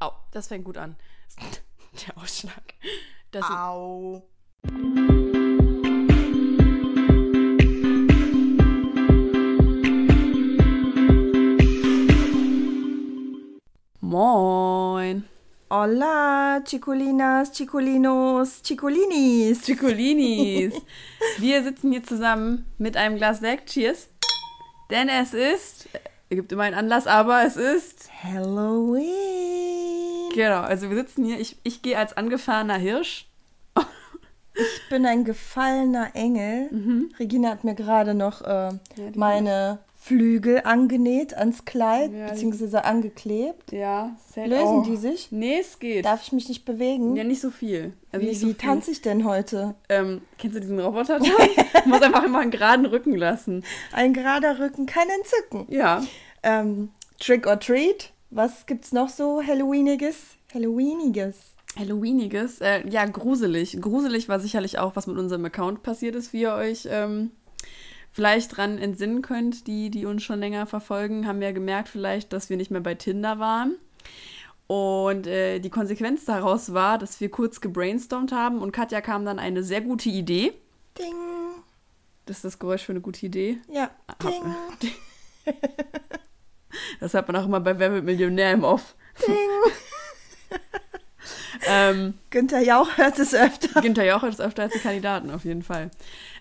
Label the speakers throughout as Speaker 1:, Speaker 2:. Speaker 1: Au, das fängt gut an. Der Ausschlag. Das ist,
Speaker 2: Au.
Speaker 1: Moin.
Speaker 2: Hola, Chicolinas, Chicolinos, Chicolinis.
Speaker 1: Piccolinis. Wir sitzen hier zusammen mit einem Glas Sekt. Cheers. Denn es ist, es gibt immer einen Anlass, aber es ist.
Speaker 2: Halloween.
Speaker 1: Genau, also wir sitzen hier. Ich, ich gehe als angefahrener Hirsch.
Speaker 2: Ich bin ein gefallener Engel. Regina hat mir gerade noch äh,
Speaker 1: Mhm. die-
Speaker 2: meine Flügel angenäht ans Kleid,
Speaker 1: Ja, die-
Speaker 2: beziehungsweise angeklebt.
Speaker 1: Ja, sehr
Speaker 2: Lösen die sich?
Speaker 1: Nee, es geht.
Speaker 2: Darf ich mich nicht bewegen?
Speaker 1: ja, nicht so viel. Also
Speaker 2: wie
Speaker 1: nicht so
Speaker 2: wie
Speaker 1: viel.
Speaker 2: tanze ich denn heute?
Speaker 1: Ähm, kennst du diesen Roboter? Du musst einfach immer einen geraden Rücken lassen.
Speaker 2: Ein gerader Rücken kann entzücken.
Speaker 1: Ja.
Speaker 2: Ähm, Trick or Treat? Was gibt's noch so Halloweeniges? Halloweeniges.
Speaker 1: Halloweeniges. Äh, ja, gruselig. Gruselig war sicherlich auch, was mit unserem Account passiert ist, wie ihr euch ähm, vielleicht dran entsinnen könnt. Die, die uns schon länger verfolgen, haben ja gemerkt vielleicht, dass wir nicht mehr bei Tinder waren. Und äh, die Konsequenz daraus war, dass wir kurz gebrainstormt haben und Katja kam dann eine sehr gute Idee.
Speaker 2: Ding.
Speaker 1: Das ist das Geräusch für eine gute Idee.
Speaker 2: Ja. Ding.
Speaker 1: Das hat man auch immer bei Wer wird Millionär im Off.
Speaker 2: Ding.
Speaker 1: Ähm,
Speaker 2: Günther Jauch hört es öfter.
Speaker 1: Günther Jauch ist öfter als die Kandidaten, auf jeden Fall.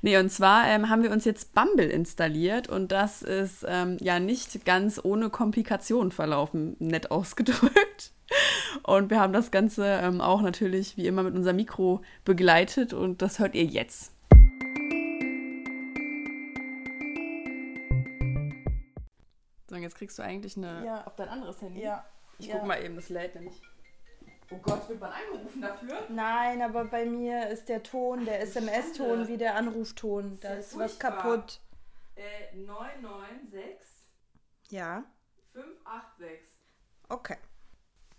Speaker 1: Nee, und zwar ähm, haben wir uns jetzt Bumble installiert und das ist ähm, ja nicht ganz ohne Komplikation verlaufen, nett ausgedrückt. Und wir haben das Ganze ähm, auch natürlich wie immer mit unserem Mikro begleitet und das hört ihr jetzt. So, und jetzt kriegst du eigentlich eine
Speaker 2: Ja.
Speaker 1: auf dein anderes Handy. Ich
Speaker 2: Ja.
Speaker 1: guck mal eben, das lädt nämlich. Oh Gott, wird man angerufen dafür?
Speaker 2: Nein, aber bei mir ist der Ton, der SMS-Ton wie der Anrufton. Da
Speaker 1: Sehr
Speaker 2: ist was
Speaker 1: furchtbar.
Speaker 2: kaputt.
Speaker 1: Äh, 996
Speaker 2: Ja.
Speaker 1: 586.
Speaker 2: Okay.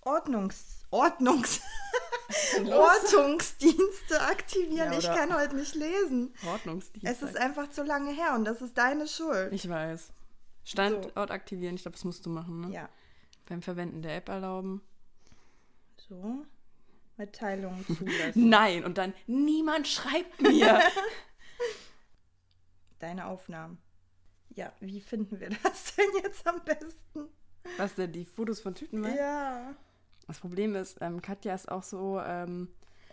Speaker 2: Ordnungs. Ordnungs.
Speaker 1: Los.
Speaker 2: Ortungsdienste aktivieren.
Speaker 1: Ja,
Speaker 2: ich
Speaker 1: oder-
Speaker 2: kann heute nicht lesen.
Speaker 1: Ordnungsdienst.
Speaker 2: Es ist einfach zu lange her und das ist deine Schuld.
Speaker 1: ich weiß. Standort aktivieren, ich glaube, das musst du machen, ne?
Speaker 2: Ja.
Speaker 1: Beim Verwenden der App erlauben.
Speaker 2: So. Mitteilungen zulassen.
Speaker 1: Nein, und dann niemand schreibt mir.
Speaker 2: Deine Aufnahmen. Ja, wie finden wir das denn jetzt am besten?
Speaker 1: Was denn, die Fotos von Tüten waren?
Speaker 2: Ja.
Speaker 1: Das Problem ist, ähm, Katja ist auch so ähm,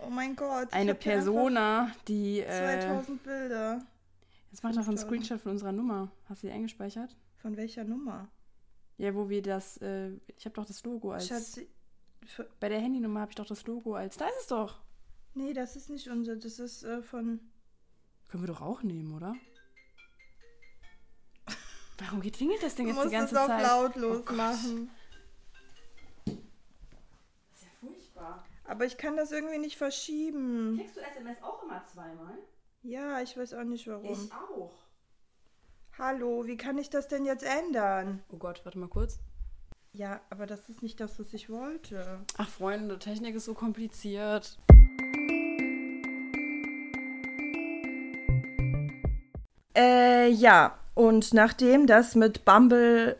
Speaker 2: Oh mein Gott. ich
Speaker 1: eine
Speaker 2: hab hier einfach
Speaker 1: Persona, die. Äh,
Speaker 2: 2000 Bilder.
Speaker 1: jetzt mach doch einen
Speaker 2: 5000.
Speaker 1: Screenshot von unserer Nummer. Hast du die eingespeichert?
Speaker 2: Von welcher Nummer?
Speaker 1: Ja, wo wir das. Äh, ich habe doch das Logo als.
Speaker 2: Schatz, für,
Speaker 1: Bei der Handynummer habe ich doch das Logo als. Da ist es doch.
Speaker 2: nee, das ist nicht unser. Das ist äh, von.
Speaker 1: Können wir doch auch nehmen, oder? Warum geht- klingelt das Ding
Speaker 2: Du
Speaker 1: jetzt die
Speaker 2: musst es
Speaker 1: ganze
Speaker 2: auf
Speaker 1: Zeit? Oh
Speaker 2: lautlos
Speaker 1: Gott.
Speaker 2: machen.
Speaker 1: Das ist ja furchtbar.
Speaker 2: Aber ich kann das irgendwie nicht verschieben.
Speaker 1: Kriegst du SMS auch immer zweimal?
Speaker 2: Ja, ich weiß auch nicht
Speaker 1: Mhm.
Speaker 2: warum.
Speaker 1: auch.
Speaker 2: Hallo, wie kann ich das denn jetzt ändern?
Speaker 1: Oh Gott, warte mal kurz.
Speaker 2: Ja, aber das ist nicht das, was ich wollte.
Speaker 1: Ach Freunde, Technik ist so kompliziert.
Speaker 2: Äh, ja. Und nachdem das mit Bumble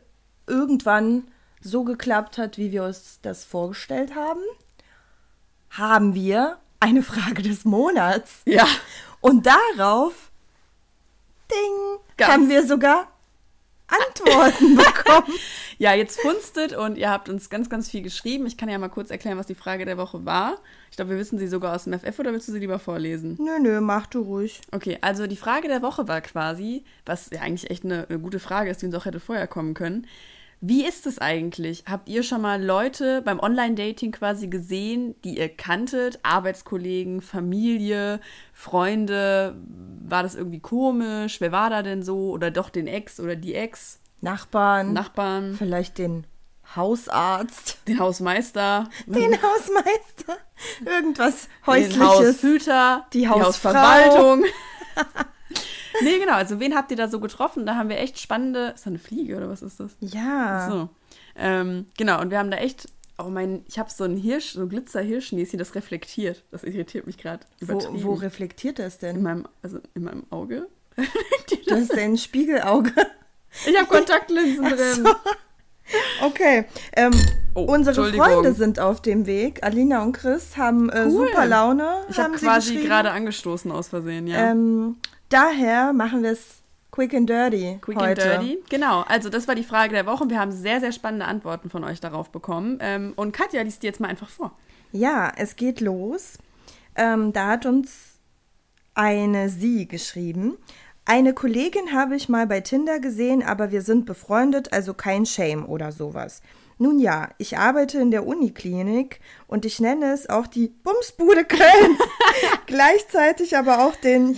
Speaker 2: irgendwann so geklappt hat, wie wir uns das vorgestellt haben, haben wir eine Frage des Monats.
Speaker 1: Ja.
Speaker 2: Und darauf, ding,
Speaker 1: Ganz.
Speaker 2: haben wir sogar Antworten bekommen.
Speaker 1: Ja, jetzt funstet und ihr habt uns ganz, ganz viel geschrieben. Ich kann ja mal kurz erklären, was die Frage der Woche war. Ich glaube, wir wissen sie sogar aus dem FF oder willst du sie lieber vorlesen?
Speaker 2: Nö, nö, mach du ruhig.
Speaker 1: Okay, also die Frage der Woche war quasi, was ja eigentlich echt eine, eine gute Frage ist, die uns auch hätte vorher kommen können. Wie ist es eigentlich? Habt ihr schon mal Leute beim Online-Dating quasi gesehen, die ihr kanntet? Arbeitskollegen, Familie, Freunde? War das irgendwie komisch? Wer war da denn so? Oder doch den Ex oder die Ex?
Speaker 2: Nachbarn,
Speaker 1: Nachbarn?
Speaker 2: vielleicht den Hausarzt,
Speaker 1: Den Hausmeister?
Speaker 2: den Hausmeister, irgendwas
Speaker 1: Hm. den
Speaker 2: Häusliches.
Speaker 1: Haushüter,
Speaker 2: Die Hausfrau.
Speaker 1: Hausverwaltung. nee, genau. Also wen habt ihr da so getroffen? Da haben wir echt spannende. Ist da eine Fliege oder was ist das?
Speaker 2: Ja.
Speaker 1: So. Ähm, genau. Und wir haben da echt. Oh mein, ich habe so ein Hirsch, so ein Glitzer-Hirschnäschen, das reflektiert. Das irritiert mich gerade übertrieben.
Speaker 2: Wo, wo reflektiert das
Speaker 1: in
Speaker 2: denn?
Speaker 1: meinem, also in meinem Auge.
Speaker 2: Du hast ein Spiegelauge.
Speaker 1: Ich habe Kontaktlinsen drin.
Speaker 2: So. Okay. Ähm,
Speaker 1: Oh,
Speaker 2: unsere
Speaker 1: Entschuldigung.
Speaker 2: Freunde sind auf dem Weg. Alina und Chris haben äh, super Laune.
Speaker 1: Ich
Speaker 2: haben
Speaker 1: habe
Speaker 2: sie
Speaker 1: quasi
Speaker 2: geschrieben.
Speaker 1: gerade angestoßen aus Versehen, ja.
Speaker 2: Ähm, daher machen wir es quick and dirty
Speaker 1: Quick
Speaker 2: heute.
Speaker 1: and dirty. Genau, also das war die Frage der Woche und wir haben sehr, sehr spannende Antworten von euch darauf bekommen. Ähm, und Katja liest die jetzt mal einfach vor.
Speaker 2: Ja, es geht los. Ähm, da hat uns eine Sie geschrieben. Eine Kollegin habe ich mal bei Tinder gesehen, aber wir sind befreundet, also kein Shame oder sowas. Nun ja, ich arbeite in der Uniklinik und ich nenne es auch die Bumsbude Köln. Gleichzeitig aber auch den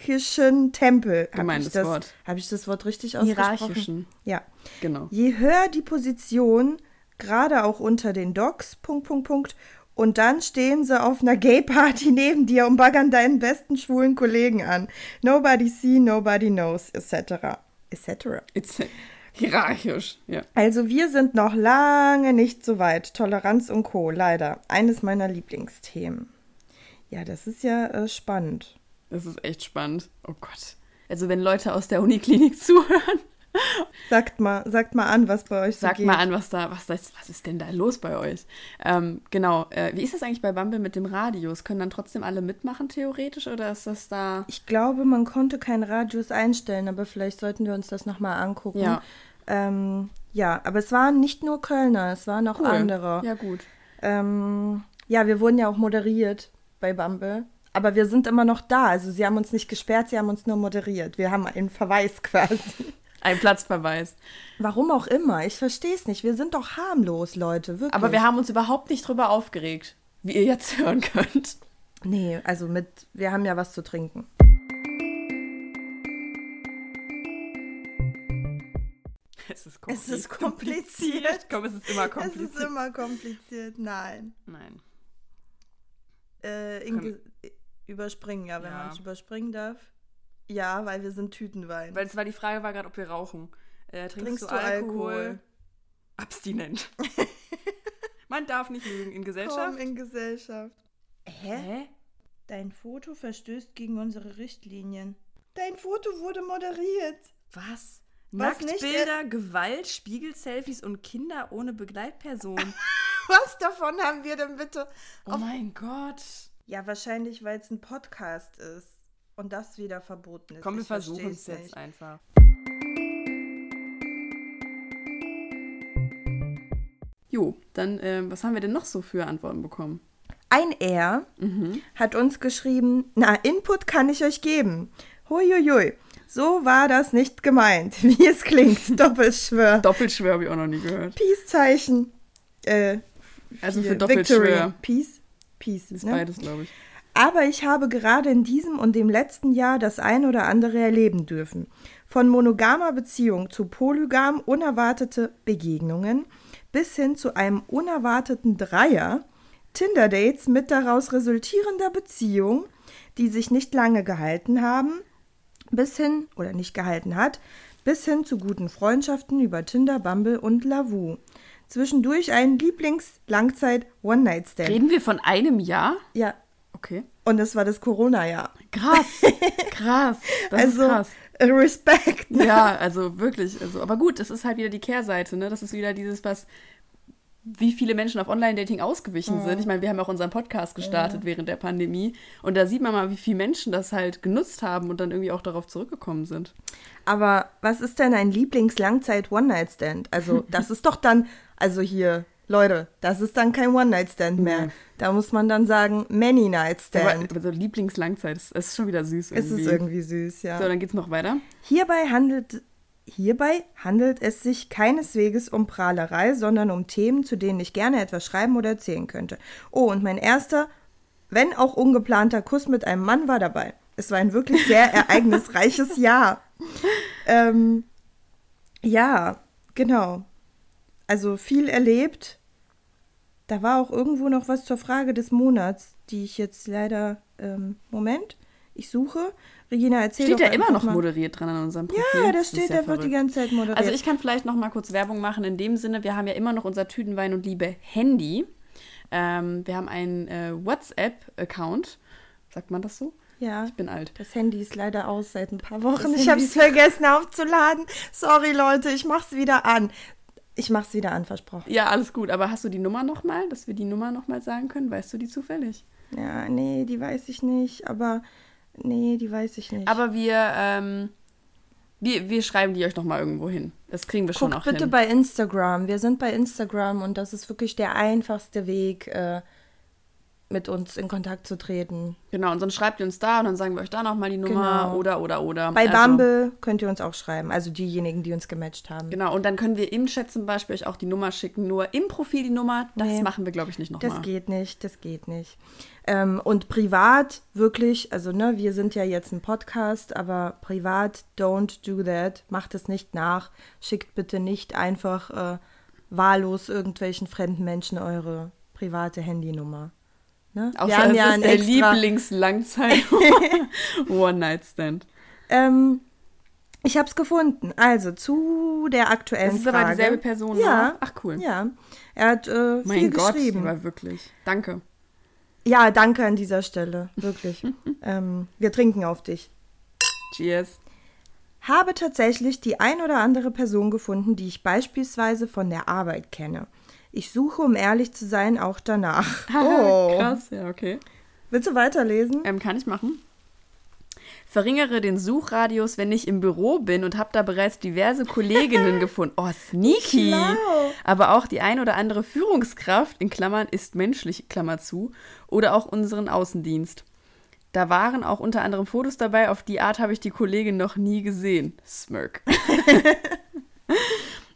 Speaker 2: hierarchischen Tempel. Hab
Speaker 1: Gemeines
Speaker 2: ich das,
Speaker 1: Wort.
Speaker 2: Habe ich das Wort richtig ausgesprochen?
Speaker 1: Hierarchischen.
Speaker 2: Ja.
Speaker 1: Genau.
Speaker 2: Je höher die Position, gerade auch unter den Docs, Punkt, Punkt, Punkt, und dann stehen sie auf einer Gay-Party neben dir und baggern deinen besten schwulen Kollegen an. Nobody see, nobody knows, etc. etc.
Speaker 1: It's hierarchisch, ja.
Speaker 2: Also wir sind noch lange nicht so weit. Toleranz und Co. Leider. Eines meiner Lieblingsthemen. Ja, das ist ja äh, spannend.
Speaker 1: Das ist echt spannend. Oh Gott. Also wenn Leute aus der Uniklinik zuhören,
Speaker 2: Sagt mal, sagt mal an, was bei euch so
Speaker 1: sagt
Speaker 2: geht.
Speaker 1: mal an, was da, was, das, was ist denn da los bei euch? Ähm, genau. Äh, wie ist das eigentlich bei Bumble mit dem Radius? Können dann trotzdem alle mitmachen, theoretisch, oder ist das da.
Speaker 2: Ich glaube, man konnte keinen Radius einstellen, aber vielleicht sollten wir uns das nochmal angucken.
Speaker 1: Ja.
Speaker 2: Ähm, ja, aber es waren nicht nur Kölner, es waren auch
Speaker 1: Cool.
Speaker 2: andere.
Speaker 1: Ja, gut.
Speaker 2: Ähm, ja, wir wurden ja auch moderiert bei Bumble. Aber wir sind immer noch da. Also sie haben uns nicht gesperrt, sie haben uns nur moderiert. Wir haben einen Verweis quasi.
Speaker 1: Ein Platzverweis.
Speaker 2: Warum auch immer, ich verstehe es nicht. Wir sind doch harmlos, Leute, wirklich.
Speaker 1: Aber wir haben uns überhaupt nicht drüber aufgeregt, wie ihr jetzt hören könnt.
Speaker 2: Nee, also mit, wir haben ja was zu trinken.
Speaker 1: Es ist
Speaker 2: Es ist kompliziert.
Speaker 1: Komm, es ist immer
Speaker 2: Es
Speaker 1: kompliziert.
Speaker 2: ist immer kompliziert, nein.
Speaker 1: Nein.
Speaker 2: äh, in Ge- überspringen, ja, wenn
Speaker 1: Ja.
Speaker 2: man es überspringen darf. Ja, weil wir sind Tütenwein.
Speaker 1: Weil es war die Frage war gerade, ob wir rauchen. Äh, trinkst,
Speaker 2: Trinkst
Speaker 1: du
Speaker 2: du
Speaker 1: Alkohol?
Speaker 2: Alkohol?
Speaker 1: Abstinent. Man darf nicht lügen in
Speaker 2: Komm
Speaker 1: Gesellschaft.
Speaker 2: in Gesellschaft. Hä?
Speaker 1: Hä?
Speaker 2: Dein Foto verstößt gegen unsere Richtlinien. Dein Foto wurde moderiert.
Speaker 1: Was?
Speaker 2: Was
Speaker 1: Nacktbilder, Gewalt, Spiegelselfies und Kinder ohne Begleitperson.
Speaker 2: Was davon haben wir denn bitte?
Speaker 1: Oh mein Gott.
Speaker 2: Ja, wahrscheinlich, weil es ein Podcast ist und das wieder verboten ist.
Speaker 1: Komm, wir
Speaker 2: Ich
Speaker 1: versuchen es
Speaker 2: versteh's
Speaker 1: jetzt
Speaker 2: nicht.
Speaker 1: einfach. Jo, dann, ähm, was haben wir denn noch so für Antworten bekommen?
Speaker 2: Ein Er hat uns geschrieben, na, Input kann ich euch geben. Huiuiui, so war das nicht gemeint, wie es klingt. Doppelschwör.
Speaker 1: Doppelschwör habe ich auch noch nie gehört.
Speaker 2: Peace-Zeichen. Äh,
Speaker 1: Also
Speaker 2: hier,
Speaker 1: für Doppelschwör.
Speaker 2: Victory. Peace. Peace.
Speaker 1: Ist
Speaker 2: Ne?
Speaker 1: beides, glaube ich.
Speaker 2: Aber ich habe gerade in diesem und dem letzten Jahr das ein oder andere erleben dürfen. Von monogamer Beziehung zu polygam unerwartete Begegnungen bis hin zu einem unerwarteten Dreier, Tinder-Dates mit daraus resultierender Beziehung, die sich nicht lange gehalten haben, bis hin oder nicht gehalten hat, bis hin zu guten Freundschaften über Tinder, Bumble und Lavu. Zwischendurch ein Lieblings-Langzeit-One-Night-Stand.
Speaker 1: Reden wir von einem Jahr?
Speaker 2: Ja,
Speaker 1: Okay.
Speaker 2: und es war das Corona-Jahr.
Speaker 1: Krass, krass. Das
Speaker 2: also,
Speaker 1: ist krass.
Speaker 2: äh, Respekt. Ne?
Speaker 1: Ja, also wirklich. Also, aber gut, es ist halt wieder die Kehrseite, ne? Das ist wieder dieses, was wie viele Menschen auf Online-Dating ausgewichen
Speaker 2: Mhm.
Speaker 1: sind. Ich meine, wir haben auch unseren Podcast gestartet während der Pandemie. Und da sieht man mal, wie viele Menschen das halt genutzt haben und dann irgendwie auch darauf zurückgekommen sind.
Speaker 2: Aber was ist denn ein Lieblings-Langzeit-One-Night-Stand? Also, das ist doch dann, also hier, Leute, das ist dann kein One-Night-Stand mehr. Da muss man dann sagen, Many-Night-Stand.
Speaker 1: Aber, also Lieblingslangzeit, es ist schon wieder süß
Speaker 2: Es
Speaker 1: irgendwie.
Speaker 2: ist irgendwie süß, ja.
Speaker 1: so, dann geht's noch weiter.
Speaker 2: Hierbei handelt, hierbei handelt es sich keinesweges um Prahlerei, sondern um Themen, zu denen ich gerne etwas schreiben oder erzählen könnte. Oh, und mein erster, wenn auch ungeplanter Kuss mit einem Mann war dabei. Es war ein wirklich sehr ereignisreiches Jahr. Ähm, ja, genau. Also viel erlebt. Da war auch irgendwo noch was zur Frage des Monats, die ich jetzt leider. Ähm, Moment, ich suche. Regina, erzähl
Speaker 1: Steht
Speaker 2: doch
Speaker 1: ja immer
Speaker 2: einfach
Speaker 1: noch
Speaker 2: mal.
Speaker 1: moderiert dran an unserem Profil.
Speaker 2: Ja,
Speaker 1: Das
Speaker 2: das
Speaker 1: ist
Speaker 2: steht,
Speaker 1: ja
Speaker 2: da wird die
Speaker 1: verrückt.
Speaker 2: ganze Zeit moderiert.
Speaker 1: Also ich kann vielleicht noch mal kurz Werbung machen in dem Sinne, wir haben ja immer noch unser Tütenwein und Liebe Handy. Ähm, wir haben einen äh, WhatsApp-Account. Sagt man das so?
Speaker 2: ja.
Speaker 1: Ich bin alt.
Speaker 2: das Handy ist leider aus seit ein paar Wochen.
Speaker 1: Das Handy
Speaker 2: ich habe es vergessen aufzuladen. Sorry Leute, ich mach's wieder an. Ich mach's wieder an, versprochen.
Speaker 1: Ja, alles gut. Aber hast du die Nummer nochmal, dass wir die Nummer nochmal sagen können? Weißt du die zufällig?
Speaker 2: Ja, nee, die weiß ich nicht, aber nee, die weiß ich nicht.
Speaker 1: Aber wir, ähm, wir, wir schreiben die euch nochmal irgendwo hin. Das kriegen wir schon
Speaker 2: Guckt
Speaker 1: noch
Speaker 2: bitte
Speaker 1: hin.
Speaker 2: bei Instagram. Wir sind bei Instagram und das ist wirklich der einfachste Weg, äh, mit uns in Kontakt zu treten.
Speaker 1: Genau, und sonst schreibt ihr uns da und dann sagen wir euch da nochmal die Nummer
Speaker 2: Genau.
Speaker 1: oder, oder, oder.
Speaker 2: Bei
Speaker 1: Also,
Speaker 2: Bumble könnt ihr uns auch schreiben, also diejenigen, die uns gematcht haben.
Speaker 1: Genau, und dann können wir im Chat zum Beispiel euch auch die Nummer schicken, nur im Profil die Nummer. Das
Speaker 2: Nee.
Speaker 1: machen wir, glaube ich, nicht nochmal.
Speaker 2: Das geht nicht, das geht nicht. Ähm, und privat wirklich, also ne, wir sind ja jetzt ein Podcast, aber privat, don't do that, macht es nicht nach, schickt bitte nicht einfach äh, wahllos irgendwelchen fremden Menschen eure private Handynummer. Ne?
Speaker 1: Außer wir haben ja ist
Speaker 2: ein
Speaker 1: der
Speaker 2: extra-
Speaker 1: Lieblingslangzeit One-Night-Stand.
Speaker 2: Ähm, ich habe es gefunden. Also zu der aktuellen
Speaker 1: Das ist
Speaker 2: Frage.
Speaker 1: aber dieselbe Person.
Speaker 2: Ja.
Speaker 1: ne? Ach cool.
Speaker 2: Ja, er hat äh, viel
Speaker 1: Mein Gott,
Speaker 2: geschrieben.
Speaker 1: aber wirklich. Danke.
Speaker 2: Ja, danke an dieser Stelle, wirklich. ähm, wir trinken auf dich.
Speaker 1: Cheers.
Speaker 2: Habe tatsächlich die ein oder andere Person gefunden, die ich beispielsweise von der Arbeit kenne. Ich suche, um ehrlich zu sein, auch danach. Oh.
Speaker 1: Haha, Ah, Krass, ja, okay.
Speaker 2: Willst du weiterlesen?
Speaker 1: Oh. Ähm, kann ich machen? Verringere den Suchradius, wenn ich im Büro bin und habe da bereits diverse Kolleginnen gefunden. Oh, sneaky.
Speaker 2: Schlau.
Speaker 1: Aber auch die ein oder andere Führungskraft, in Klammern ist menschlich, Klammer zu, oder auch unseren Außendienst. Da waren auch unter anderem Fotos dabei, auf die Art habe ich die Kollegin noch nie gesehen. Smirk.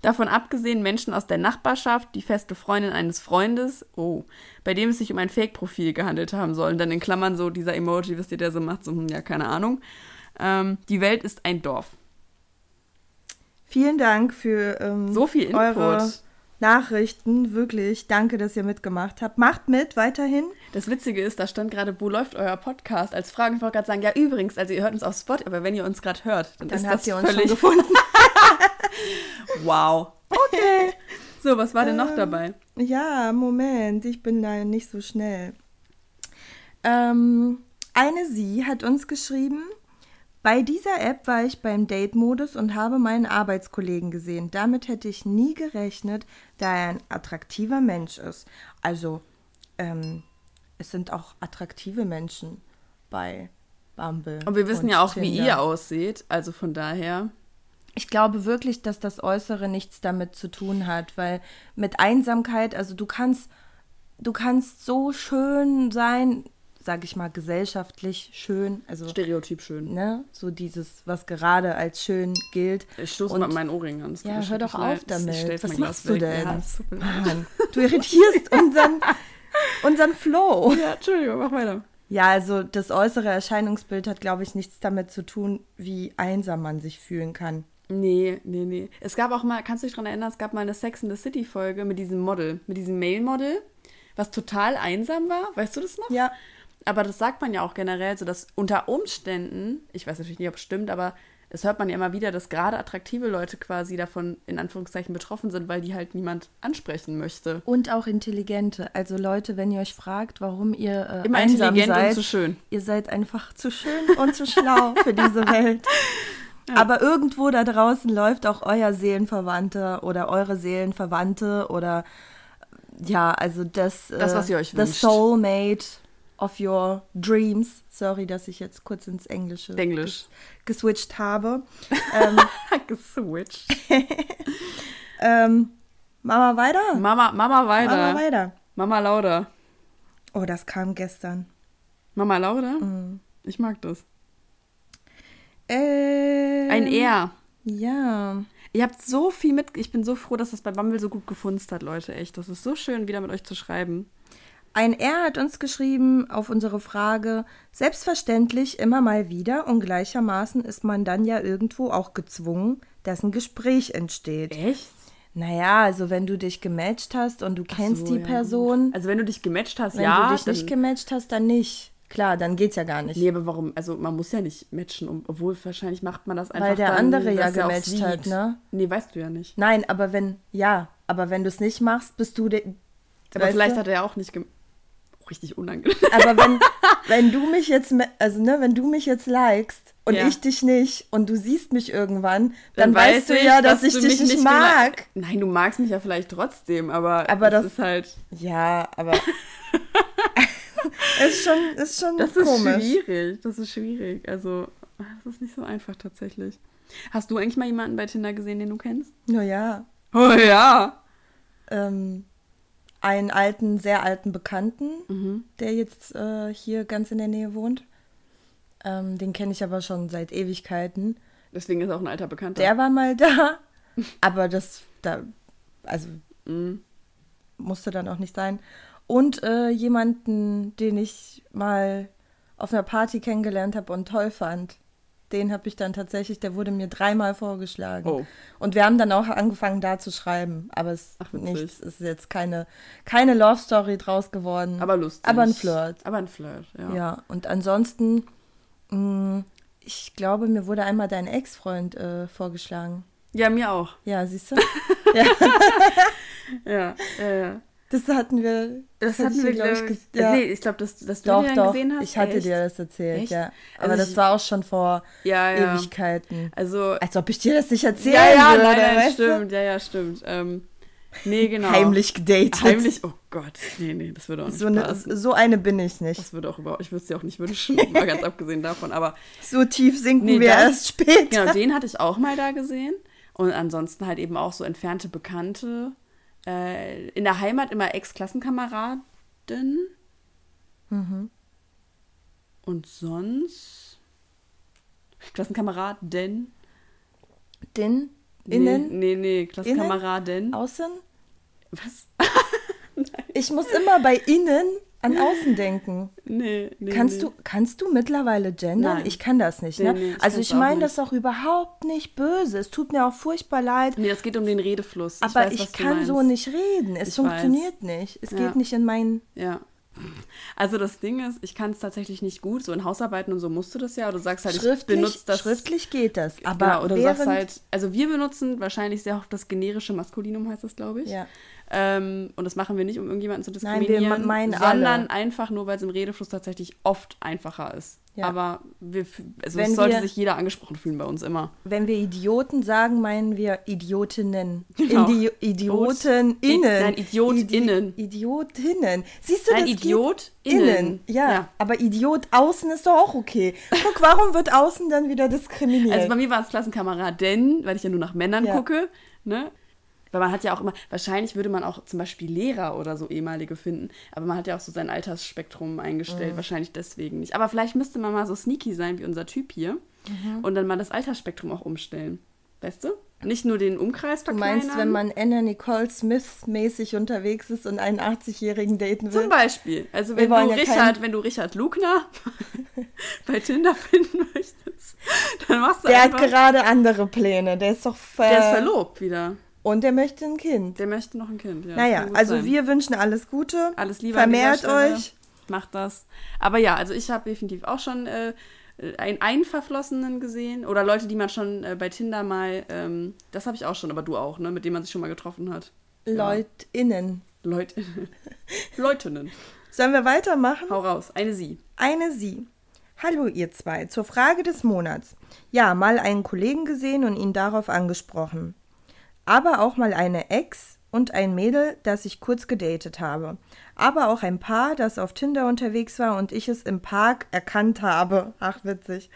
Speaker 1: Davon abgesehen Menschen aus der Nachbarschaft, die feste Freundin eines Freundes, oh, bei dem es sich um ein Fake-Profil gehandelt haben soll. Und dann in Klammern so dieser Emoji, wisst ihr, der so macht, so, hm, ja, keine Ahnung. Ähm, die Welt ist ein Dorf.
Speaker 2: Vielen Dank für ähm,
Speaker 1: So viel Input.
Speaker 2: eure Nachrichten. Wirklich, danke, dass ihr mitgemacht habt. Macht mit weiterhin.
Speaker 1: Das Witzige ist, da stand gerade, wo läuft euer Podcast? Als Frage, ich wollte gerade sagen, ja, übrigens, also ihr hört uns auf Spot, aber wenn ihr uns gerade hört, dann,
Speaker 2: Dann
Speaker 1: ist
Speaker 2: habt
Speaker 1: das
Speaker 2: ihr uns schon
Speaker 1: völlig
Speaker 2: gefunden.
Speaker 1: wow. Okay. So, was war denn noch
Speaker 2: Ähm,
Speaker 1: dabei?
Speaker 2: Ja, Moment, ich bin da nicht so schnell. Ähm, eine Sie hat uns geschrieben, bei dieser App war ich beim Date-Modus und habe meinen Arbeitskollegen gesehen. Damit hätte ich nie gerechnet, da er ein attraktiver Mensch ist. Also, ähm, es sind auch attraktive Menschen bei Bumble.
Speaker 1: Und wir wissen ja auch, wie
Speaker 2: Tinder.
Speaker 1: ihr ausseht, also von daher.
Speaker 2: Ich glaube wirklich, dass das Äußere nichts damit zu tun hat, weil mit Einsamkeit, also du kannst, du kannst so schön sein, sag ich mal, gesellschaftlich schön, also
Speaker 1: Stereotyp schön.
Speaker 2: ne, so dieses, was gerade als schön gilt.
Speaker 1: Ich stoße
Speaker 2: Und-
Speaker 1: mal mit meinen Ohrringen an. das tut
Speaker 2: Ja,
Speaker 1: mir
Speaker 2: hör doch
Speaker 1: schrecklich leid.
Speaker 2: auf
Speaker 1: Das- ich
Speaker 2: damit.
Speaker 1: stell's
Speaker 2: Was
Speaker 1: mein Glas
Speaker 2: machst du
Speaker 1: weg.
Speaker 2: denn?
Speaker 1: Ja, es tut mir leid.
Speaker 2: Mann, du irritierst unseren, unseren Flow.
Speaker 1: ja, Entschuldigung, mach weiter.
Speaker 2: Ja, also das äußere Erscheinungsbild hat, glaube ich, nichts damit zu tun, wie einsam man sich fühlen kann.
Speaker 1: Nee, nee, nee. Es gab auch mal, kannst du dich dran erinnern, es gab mal eine Sex in the City Folge mit diesem Model, mit diesem Male-Model, was total einsam war. Weißt du das noch?
Speaker 2: Ja.
Speaker 1: Aber das sagt man ja auch generell, so dass unter Umständen, ich weiß natürlich nicht, ob es stimmt, aber es hört man ja immer wieder, dass gerade attraktive Leute quasi davon in Anführungszeichen betroffen sind, weil die halt niemand ansprechen möchte.
Speaker 2: Und auch intelligente. Also Leute, wenn ihr euch fragt, warum ihr äh,
Speaker 1: Immer
Speaker 2: einsam
Speaker 1: intelligent
Speaker 2: seid,
Speaker 1: und zu schön.
Speaker 2: ihr seid einfach zu schön und zu schlau für diese Welt. Aber irgendwo da draußen läuft auch euer Seelenverwandter oder eure Seelenverwandte oder ja, also das äh,
Speaker 1: Das, was ihr euch
Speaker 2: the
Speaker 1: wünscht.
Speaker 2: soulmate of your dreams. Sorry, dass ich jetzt kurz ins Englische
Speaker 1: Englisch.
Speaker 2: ges- geswitcht habe.
Speaker 1: Geswitcht.
Speaker 2: Ähm, Mama weiter.
Speaker 1: Mama, Mama weiter.
Speaker 2: Mama
Speaker 1: Mama,
Speaker 2: weiter.
Speaker 1: lauter.
Speaker 2: Oh, das kam gestern.
Speaker 1: Mama lauter? Ich mag das.
Speaker 2: Ähm,
Speaker 1: Ein R.
Speaker 2: Ja.
Speaker 1: Ihr habt so viel mit. Ich bin so froh, dass das bei Bumble so gut gefunzt hat, Leute. Echt. Das ist so schön, wieder mit euch zu schreiben.
Speaker 2: Ein R hat uns geschrieben auf unsere Frage, selbstverständlich immer mal wieder und gleichermaßen ist man dann ja irgendwo auch gezwungen, dass ein Gespräch entsteht.
Speaker 1: Echt?
Speaker 2: Naja, also wenn du dich gematcht hast und du kennst die Person,
Speaker 1: Also, wenn du dich gematcht hast,
Speaker 2: wenn
Speaker 1: ja.
Speaker 2: du dich nicht
Speaker 1: dann,
Speaker 2: gematcht hast, dann nicht. Klar, dann geht's ja gar nicht.
Speaker 1: nee, aber warum? Also, man muss ja nicht matchen, um- obwohl wahrscheinlich macht man das einfach.
Speaker 2: der
Speaker 1: dann,
Speaker 2: andere ja
Speaker 1: dass er auch
Speaker 2: gematcht
Speaker 1: sieht.
Speaker 2: hat, ne?
Speaker 1: Nee, weißt du ja nicht.
Speaker 2: Nein, aber wenn, ja, aber wenn du es nicht machst, bist du de
Speaker 1: Aber
Speaker 2: Weißt
Speaker 1: vielleicht
Speaker 2: du?
Speaker 1: hat er ja auch nicht gem. Oh, richtig unangenehm.
Speaker 2: Aber wenn, wenn du mich jetzt, me- also ne, wenn du mich jetzt likest und
Speaker 1: Ja.
Speaker 2: ich dich nicht und du siehst mich irgendwann,
Speaker 1: Dann
Speaker 2: dann, weißt
Speaker 1: weiß
Speaker 2: du ja, dass, ich
Speaker 1: du
Speaker 2: dich
Speaker 1: mich
Speaker 2: nicht
Speaker 1: gena-
Speaker 2: mag.
Speaker 1: Nein, du magst mich ja vielleicht trotzdem, aber,
Speaker 2: Aber
Speaker 1: das,
Speaker 2: das-
Speaker 1: ist halt
Speaker 2: Ja, aber ist schon, ist schon
Speaker 1: das ist
Speaker 2: komisch.
Speaker 1: schwierig. Das ist schwierig. Also, das ist nicht so einfach tatsächlich. Hast du eigentlich mal jemanden bei Tinder gesehen, den du kennst?
Speaker 2: Naja,
Speaker 1: Oh ja.
Speaker 2: ähm, einen alten, sehr alten Bekannten,
Speaker 1: Mhm.
Speaker 2: der jetzt äh, hier ganz in der Nähe wohnt. Ähm, den kenne ich aber schon seit Ewigkeiten.
Speaker 1: Deswegen ist er auch ein alter Bekannter.
Speaker 2: Der war mal da, aber das, da, also
Speaker 1: Mhm.
Speaker 2: musste dann auch nicht sein. Und äh, jemanden, den ich mal auf einer Party kennengelernt habe und toll fand. Den habe ich dann tatsächlich, der wurde mir dreimal vorgeschlagen.
Speaker 1: Oh.
Speaker 2: Und wir haben dann auch angefangen, da zu schreiben. Aber es
Speaker 1: Ach, witzig.
Speaker 2: nichts, es ist jetzt keine, keine Love Story draus geworden.
Speaker 1: Aber lustig.
Speaker 2: Aber ein Flirt.
Speaker 1: Aber ein Flirt, ja.
Speaker 2: ja. und ansonsten, mh, ich glaube, mir wurde einmal dein Ex-Freund äh, vorgeschlagen.
Speaker 1: Ja, mir auch.
Speaker 2: Ja, siehst du?
Speaker 1: Ja, ja, ja.
Speaker 2: Das hatten wir.
Speaker 1: Das,
Speaker 2: hatte
Speaker 1: hatten wir,
Speaker 2: glaub
Speaker 1: glaube ich.
Speaker 2: ge- ja.
Speaker 1: Nee, ich glaube, dass, dass du
Speaker 2: Doch,
Speaker 1: den
Speaker 2: doch.
Speaker 1: gesehen hast.
Speaker 2: ich hatte
Speaker 1: Echt?
Speaker 2: dir das erzählt,
Speaker 1: Echt?
Speaker 2: ja.
Speaker 1: Also
Speaker 2: Aber das
Speaker 1: ich-
Speaker 2: war auch schon vor
Speaker 1: Ja, ja.
Speaker 2: Ewigkeiten.
Speaker 1: Also,
Speaker 2: Als ob ich dir das nicht erzählen
Speaker 1: ja, ja,
Speaker 2: würde,
Speaker 1: nein, nein,
Speaker 2: weißt
Speaker 1: stimmt, ja, ja, stimmt. Ähm, nee,
Speaker 2: du?
Speaker 1: genau.
Speaker 2: Heimlich gedatet.
Speaker 1: Heimlich, oh Gott, nee, nee, das würde auch nicht
Speaker 2: So eine,
Speaker 1: passen.
Speaker 2: so eine bin ich nicht.
Speaker 1: Das würde auch überhaupt, ich würde es dir auch nicht wünschen, mal ganz abgesehen davon. Aber
Speaker 2: So tief sinken
Speaker 1: Nee,
Speaker 2: wir
Speaker 1: das-
Speaker 2: erst später.
Speaker 1: genau, den hatte ich auch mal da gesehen. Und ansonsten halt eben auch so entfernte Bekannte. Äh, in der Heimat immer Ex-Klassenkameraden.
Speaker 2: Mhm.
Speaker 1: Und sonst? Klassenkameraden?
Speaker 2: Den,
Speaker 1: Nee,
Speaker 2: innen,
Speaker 1: Nee, nee, Klassenkameraden.
Speaker 2: außen.
Speaker 1: Was?
Speaker 2: Ich muss immer bei innen an außen denken.
Speaker 1: Nee, nee.
Speaker 2: Kannst
Speaker 1: nee.
Speaker 2: du, kannst du mittlerweile gendern?
Speaker 1: Nein.
Speaker 2: Ich kann das nicht,
Speaker 1: Nee,
Speaker 2: ne?
Speaker 1: nee, ich kann's
Speaker 2: also ich
Speaker 1: auch
Speaker 2: meine
Speaker 1: nicht.
Speaker 2: das auch überhaupt nicht böse. Es tut mir auch furchtbar leid.
Speaker 1: Nee, das geht um den Redefluss.
Speaker 2: Aber
Speaker 1: weiß,
Speaker 2: ich,
Speaker 1: was du
Speaker 2: kann so
Speaker 1: meinst.
Speaker 2: nicht reden. Es
Speaker 1: Ich
Speaker 2: funktioniert nicht. Es
Speaker 1: Ja.
Speaker 2: geht nicht in meinen.
Speaker 1: Ja. Also das Ding ist, ich kann es tatsächlich nicht gut. So in Hausarbeiten und so musst du das ja. Du sagst halt, ich benutze das.
Speaker 2: schriftlich geht das. Aber
Speaker 1: genau, oder du
Speaker 2: während,
Speaker 1: sagst halt, also wir benutzen wahrscheinlich sehr oft das generische Maskulinum, heißt das, glaube ich.
Speaker 2: Ja.
Speaker 1: Ähm, und das machen wir nicht, um irgendjemanden zu
Speaker 2: Nein, wir
Speaker 1: diskriminieren,
Speaker 2: ma- meinen alle.
Speaker 1: sondern einfach nur, weil es im Redefluss tatsächlich oft einfacher ist.
Speaker 2: Ja.
Speaker 1: Aber wir, f- also
Speaker 2: Wenn
Speaker 1: es sollte
Speaker 2: wir-
Speaker 1: sich jeder angesprochen fühlen bei uns immer.
Speaker 2: wenn wir Idioten sagen, meinen wir Idiotinnen.
Speaker 1: Genau.
Speaker 2: Indi Idiotinnen.
Speaker 1: I- nein, Idiotinnen.
Speaker 2: Idi Idiotinnen. Siehst du,
Speaker 1: Nein,
Speaker 2: das geht-
Speaker 1: Idiotinnen.
Speaker 2: Ja,
Speaker 1: Ja.
Speaker 2: aber Idiot außen ist doch auch okay. Guck, warum wird außen dann wieder diskriminiert?
Speaker 1: Also bei mir war es Klassenkameradin, weil ich ja nur nach Männern
Speaker 2: Ja.
Speaker 1: gucke, ne? Weil man hat ja auch immer, wahrscheinlich würde man auch zum Beispiel Lehrer oder so ehemalige finden, aber man hat ja auch so sein Altersspektrum
Speaker 2: Mhm.
Speaker 1: eingestellt, wahrscheinlich deswegen nicht. Aber vielleicht müsste man mal so sneaky sein wie unser Typ hier
Speaker 2: Mhm.
Speaker 1: und dann mal das Altersspektrum auch umstellen. Weißt du? Nicht nur den Umkreis
Speaker 2: du
Speaker 1: verkleinern.
Speaker 2: meinst, wenn man Anna Nicole Smith mäßig unterwegs ist und einen 80-Jährigen daten will?
Speaker 1: Zum Beispiel. Also
Speaker 2: Wir
Speaker 1: wenn du,
Speaker 2: wollen ja
Speaker 1: Richard,
Speaker 2: keinen-
Speaker 1: wenn du Richard Lugner bei Tinder finden möchtest, dann machst du
Speaker 2: Der hat
Speaker 1: einfach...
Speaker 2: gerade andere Pläne. Der ist doch ver
Speaker 1: der ist verlobt wieder.
Speaker 2: Und der möchte ein Kind.
Speaker 1: Der möchte noch ein Kind, ja. Das
Speaker 2: naja,
Speaker 1: kann gut
Speaker 2: also
Speaker 1: sein.
Speaker 2: wir wünschen alles Gute.
Speaker 1: Alles Liebe an dieser
Speaker 2: Vermehrt
Speaker 1: Stelle.
Speaker 2: euch.
Speaker 1: Macht das. Aber ja, also ich habe definitiv auch schon äh, einen, einen Verflossenen gesehen oder Leute, die man schon äh, bei Tinder mal, ähm, das habe ich auch schon, aber du auch, ne, mit denen man sich schon mal getroffen hat.
Speaker 2: LeutInnen.
Speaker 1: Ja. Leut Leutinnen.
Speaker 2: Sollen wir weitermachen?
Speaker 1: Hau raus. Eine Sie.
Speaker 2: Eine Sie. Hallo ihr zwei, zur Frage des Monats. Ja, mal einen Kollegen gesehen und ihn darauf angesprochen. Aber auch mal eine Ex und ein Mädel, das ich kurz gedatet habe. Aber auch ein Paar, das auf Tinder unterwegs war und ich es im Park erkannt habe. Ach, witzig.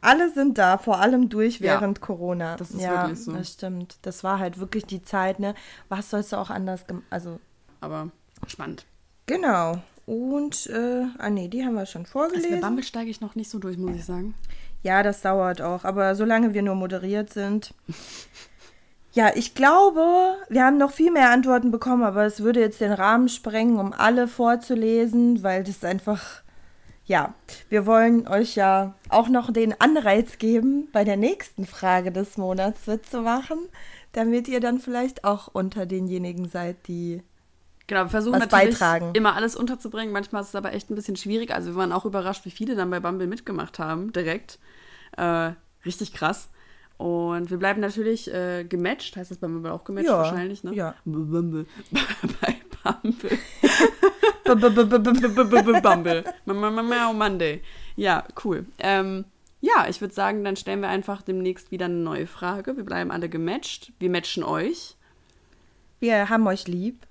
Speaker 2: Alle sind da, vor allem durch
Speaker 1: Ja,
Speaker 2: während Corona.
Speaker 1: das ist
Speaker 2: ja,
Speaker 1: wirklich so.
Speaker 2: das stimmt. Das war halt wirklich die Zeit, ne? Was sollst du auch anders gem- Also,
Speaker 1: Aber spannend.
Speaker 2: genau. Und, äh, ah nee, die haben wir schon
Speaker 1: Also
Speaker 2: vorgelesen.
Speaker 1: bei Bumble steige ich noch nicht so durch, muss ich sagen.
Speaker 2: Ja, das dauert auch, aber solange wir nur moderiert sind. Ja, ich glaube, wir haben noch viel mehr Antworten bekommen, aber es würde jetzt den Rahmen sprengen, um alle vorzulesen, weil das einfach, ja, wir wollen euch ja auch noch den Anreiz geben, bei der nächsten Frage des Monats mitzumachen, damit ihr dann vielleicht auch unter denjenigen seid, die
Speaker 1: Genau, wir versuchen
Speaker 2: Was
Speaker 1: natürlich
Speaker 2: beitragen.
Speaker 1: immer alles unterzubringen. Manchmal ist es aber echt ein bisschen schwierig. Also wir waren auch überrascht, wie viele dann bei Bumble mitgemacht haben, direkt. Äh, richtig krass. Und wir bleiben natürlich äh, gematcht, heißt das bei Bumble auch gematcht
Speaker 2: Ja,
Speaker 1: wahrscheinlich, ne?
Speaker 2: ja.
Speaker 1: Bei Bumble. Bei Bumble. B- b- b- b- b- b- b- b- Bumble. M- m- m- m- oh, Monday. Ja, cool. Ähm, ja, ich würde sagen, dann stellen wir einfach demnächst wieder eine neue Frage. Wir bleiben alle gematcht. Wir matchen euch.
Speaker 2: Wir haben euch lieb.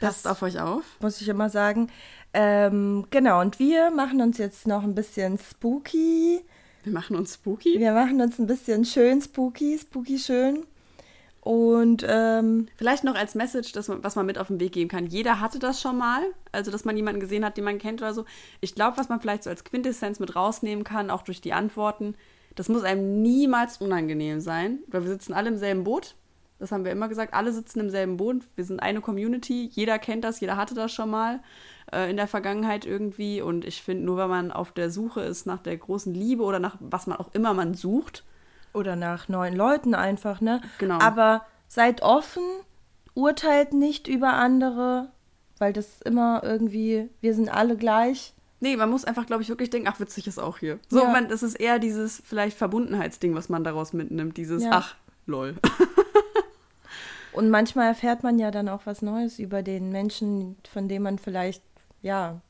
Speaker 1: Passt auf euch auf.
Speaker 2: muss ich immer sagen. Ähm, genau, und wir machen uns jetzt noch ein bisschen spooky.
Speaker 1: Wir machen uns spooky.
Speaker 2: Wir machen uns ein bisschen schön spooky, spooky schön. Und ähm,
Speaker 1: Vielleicht noch als Message, dass man, was man mit auf den Weg geben kann. Jeder hatte das schon mal, also dass man jemanden gesehen hat, den man kennt oder so. Ich glaube, was man vielleicht so als Quintessenz mit rausnehmen kann, auch durch die Antworten, das muss einem niemals unangenehm sein, weil wir sitzen alle im selben Boot. Das haben wir immer gesagt, alle sitzen im selben Boot. Wir sind eine Community, jeder kennt das, jeder hatte das schon mal äh, in der Vergangenheit irgendwie. Und ich finde, nur wenn man auf der Suche ist nach der großen Liebe oder nach was man auch immer man sucht,
Speaker 2: oder nach neuen Leuten einfach, ne?
Speaker 1: Genau.
Speaker 2: Aber seid offen, urteilt nicht über andere, weil das immer irgendwie, wir sind alle gleich.
Speaker 1: Nee, man muss einfach, glaube ich, wirklich denken, ach, witzig ist auch hier. So,
Speaker 2: Ja.
Speaker 1: man, das ist eher dieses vielleicht Verbundenheitsding, was man daraus mitnimmt. Dieses,
Speaker 2: Ja.
Speaker 1: ach, lol.
Speaker 2: Und manchmal erfährt man ja dann auch was Neues über den Menschen, von dem man vielleicht, ja,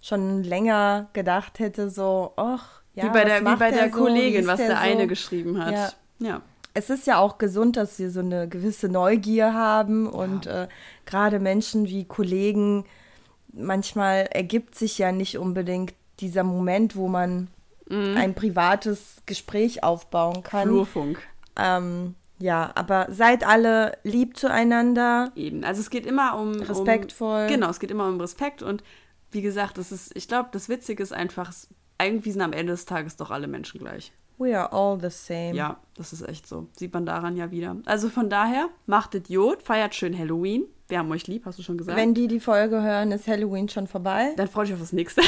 Speaker 2: schon länger gedacht hätte, so, ach, ja,
Speaker 1: wie bei
Speaker 2: was
Speaker 1: der, wie
Speaker 2: macht
Speaker 1: bei der
Speaker 2: der so? Wie
Speaker 1: Kollegin,
Speaker 2: ist
Speaker 1: was der, eine
Speaker 2: so?
Speaker 1: geschrieben hat. Ja.
Speaker 2: Ja. Es ist ja auch gesund, dass wir so eine gewisse Neugier haben und äh, gerade Menschen wie Kollegen, manchmal ergibt sich ja nicht unbedingt dieser Moment, wo man
Speaker 1: Mhm.
Speaker 2: ein privates Gespräch aufbauen kann.
Speaker 1: Flurfunk
Speaker 2: Ähm, ja, aber seid alle lieb zueinander.
Speaker 1: eben. Also es geht immer um.
Speaker 2: Respektvoll.
Speaker 1: Um, genau, es geht immer um Respekt. Und wie gesagt, das ist, ich glaube, das Witzige ist einfach, es- irgendwie sind am Ende des Tages doch alle Menschen gleich.
Speaker 2: We are all the same.
Speaker 1: Ja, das ist echt so. Sieht man daran ja wieder. Also von daher, macht Idiot, feiert schön Halloween. Wir haben euch lieb, hast du schon gesagt.
Speaker 2: Wenn die die Folge hören, ist Halloween schon vorbei.
Speaker 1: Dann freut euch auf das nächste.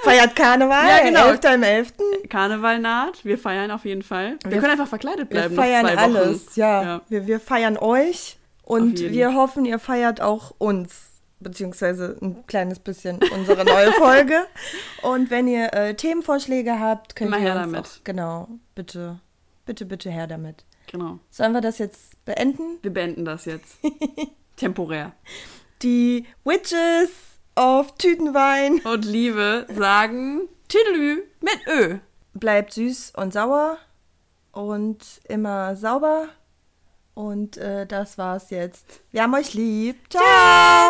Speaker 2: Feiert Karneval,
Speaker 1: Ja, genau.
Speaker 2: 11. im 11.
Speaker 1: Karneval naht. Wir feiern auf jeden Fall. Wir,
Speaker 2: Wir-
Speaker 1: können einfach verkleidet
Speaker 2: Wir
Speaker 1: bleiben.
Speaker 2: feiern
Speaker 1: noch zwei Wochen.
Speaker 2: alles, ja.
Speaker 1: ja.
Speaker 2: Wir, wir feiern euch und
Speaker 1: jeden.
Speaker 2: wir hoffen, ihr feiert auch uns, beziehungsweise ein kleines bisschen unsere neue Folge. Und wenn ihr äh, Themenvorschläge habt, könnt
Speaker 1: Immer
Speaker 2: ihr
Speaker 1: her
Speaker 2: uns
Speaker 1: damit.
Speaker 2: Auch, genau, bitte, bitte, bitte her damit.
Speaker 1: Genau.
Speaker 2: Sollen wir das jetzt beenden?
Speaker 1: Wir beenden das jetzt. Temporär.
Speaker 2: Die Witches auf Tütenwein.
Speaker 1: Und Liebe sagen Tüdelü mit Ö.
Speaker 2: Bleibt süß und sauer und immer sauber. Und äh, das war's jetzt. Wir haben euch lieb. Ciao.